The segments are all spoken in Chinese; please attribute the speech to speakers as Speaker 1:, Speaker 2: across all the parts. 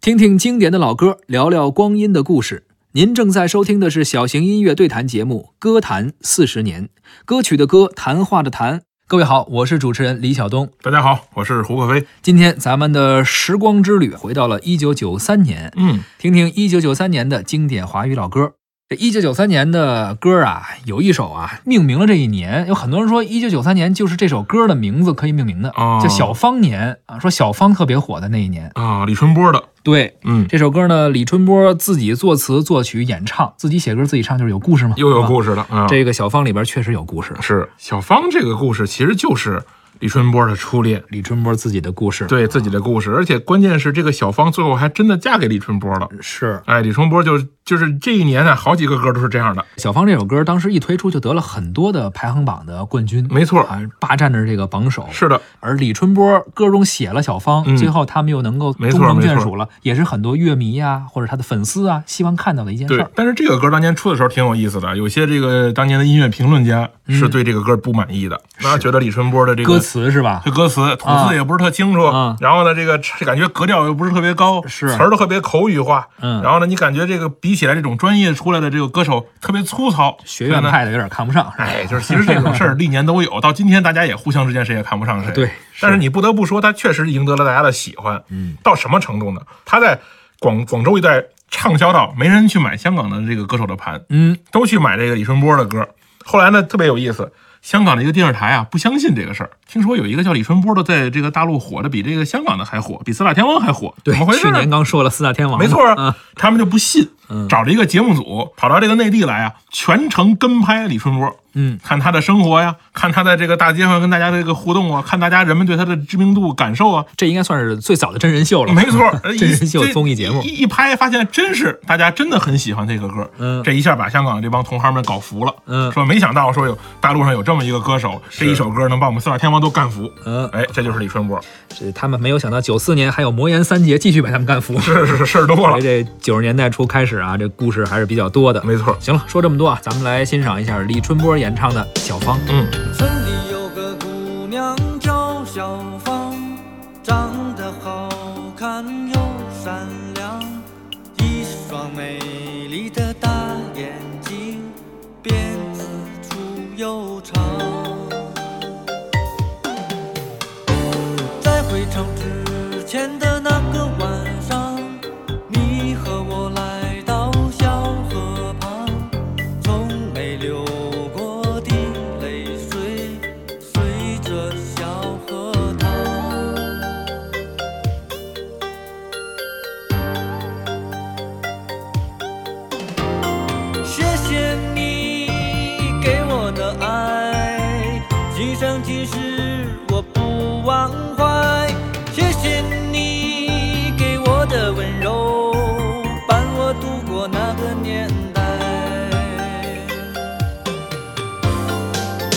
Speaker 1: 听听经典的老歌，聊聊光阴的故事。您正在收听的是小型音乐对谈节目《歌坛四十年》，歌曲的歌，谈话的谈。各位好，我是主持人李晓东。
Speaker 2: 大家好，我是胡可飞。
Speaker 1: 今天咱们的时光之旅回到了一九九三年，
Speaker 2: 嗯，
Speaker 1: 听听一九九三年的经典华语老歌。这一九九三年的歌啊，有一首啊，命名了这一年。有很多人说，一九九三年就是这首歌的名字可以命名的，
Speaker 2: 哦
Speaker 1: 叫《小芳年》啊，说小芳特别火的那一年。
Speaker 2: 啊，李春波的，
Speaker 1: 对，
Speaker 2: 嗯，
Speaker 1: 这首歌呢，李春波自己作词、作曲、演唱，自己写歌自己唱，就是有故事嘛。
Speaker 2: 又有
Speaker 1: 事。
Speaker 2: 故事了啊。
Speaker 1: 这个小芳里边确实有故事，
Speaker 2: 是小芳这个故事，其实就是李春波的初恋，
Speaker 1: 李春波自己的故事。，
Speaker 2: 对自己的故事，而且关键是这个小芳最后还真的嫁给李春波了。
Speaker 1: 是
Speaker 2: 哎，李春波就就是这一年啊，好几个歌都是这样的，
Speaker 1: 小芳这首歌当时一推出就得了很多的排行榜的冠军，
Speaker 2: 没错，
Speaker 1: 啊，霸占着这个榜首。
Speaker 2: 是的，
Speaker 1: 而李春波歌中写了小芳，
Speaker 2: 嗯
Speaker 1: 最后他们又能够终
Speaker 2: 没错
Speaker 1: 成
Speaker 2: 没错
Speaker 1: 眷属了，也是很多乐迷啊或者他的粉丝啊希望看到的一件事
Speaker 2: 对
Speaker 1: 儿。。
Speaker 2: 但是这个歌当年出的时候挺有意思的，有些这个当年的音乐评论家是对这个歌不满意的，那觉得李春波的这个
Speaker 1: 歌词是吧？
Speaker 2: 这歌词吐
Speaker 1: 啊
Speaker 2: 字也不是特清楚，
Speaker 1: 啊
Speaker 2: 然后呢，这个感觉格调又不是特别高，
Speaker 1: 是
Speaker 2: 词儿都特别口语化，
Speaker 1: 嗯
Speaker 2: 然后呢，你感觉这个比起来这种专业出来的这个歌手特别粗糙，
Speaker 1: 学院
Speaker 2: 所以呢，
Speaker 1: 派的有点看不上。是吧
Speaker 2: 哎，就是其实这种事 儿历年都有，到今天大家也互相之间谁也看不上谁，
Speaker 1: 对
Speaker 2: 但是你不得不说，他确实赢得了大家的喜欢，
Speaker 1: 嗯，
Speaker 2: 到什么程度呢？他在广广州一带畅销到没人去买香港的这个歌手的盘，
Speaker 1: 嗯，
Speaker 2: 都去买这个李春波的歌。后来呢，特别有意思，香港的一个电视台啊，不相信这个事儿，听说有一个叫李春波的，在这个大陆火的比这个香港的还火，比四大天王还火，
Speaker 1: 对
Speaker 2: 怎么回，事
Speaker 1: 去
Speaker 2: 呢
Speaker 1: 年？刚说嗯了四大天王嘛，
Speaker 2: 没错
Speaker 1: 啊
Speaker 2: 啊，他们就不信，找了一个节目组跑到这个内地来啊，全程跟拍李春波，
Speaker 1: 嗯，
Speaker 2: 看他的生活呀，看他在这个大街上跟大家的这个互动啊，看大家人们对他的知名度感受啊，
Speaker 1: 这应该算是最早的真人秀了。，
Speaker 2: 没错 呃
Speaker 1: 真人秀
Speaker 2: 一
Speaker 1: 综艺节目
Speaker 2: 一。一一拍发现真是大家真的很喜欢这个歌，
Speaker 1: 嗯
Speaker 2: 这一下把香港这帮同行们搞服了，
Speaker 1: 嗯
Speaker 2: 说没想到说有大陆上有这么一个歌手，这一首歌能把我们四大天王都干服，
Speaker 1: 嗯，
Speaker 2: 哎，这就是李春波，
Speaker 1: 这呃他们没有想到，九四年还有魔岩三杰继续把他们干 服。
Speaker 2: 是是是，事儿多
Speaker 1: 所以
Speaker 2: 了，
Speaker 1: 这九十年代初开始啊，这故事还是比较多的。
Speaker 2: 没错，
Speaker 1: 行了，说这么多啊，咱们来欣赏一下李春波演唱的《小芳》。
Speaker 2: 嗯，
Speaker 3: 村里有个姑娘叫小芳，长得好看又善良，一双美丽的大眼睛，辫子粗又长。在回城之前的那个晚上，你和我来到小河旁，从没流过的泪水随着小河淌。谢谢你给我的爱，今生今世我不忘怀。谢谢你给我的温柔，伴我度过那个年代。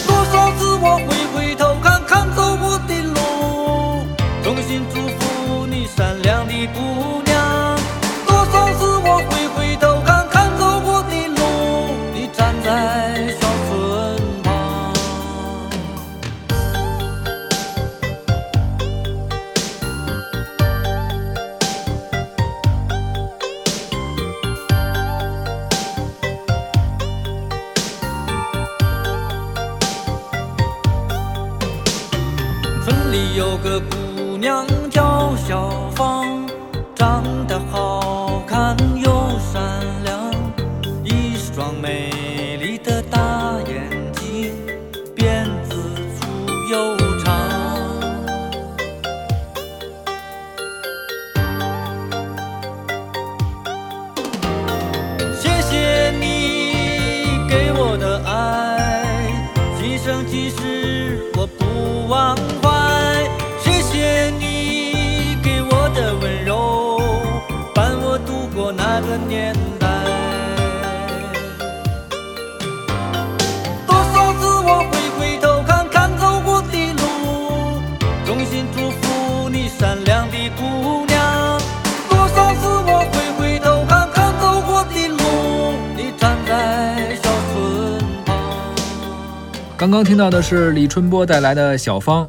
Speaker 3: 多少次我会回头看看走过的路，衷心祝福你善良的姑娘。多少次我会回头看看走过的路，你站在小村旁。村里有个姑娘叫小芳，长得好看又善良，一双美丽的大眼睛，辫子粗又长。谢谢你给我的爱，今生今世我不忘怀。谢谢你给我的温柔，伴我度过那个年代。多少次我会回头看看走过的路，衷心祝福你善良的姑娘。多少次我会回头看看走过的路，你站在小村旁。
Speaker 1: 刚刚听到的是李春波带来的《小芳》。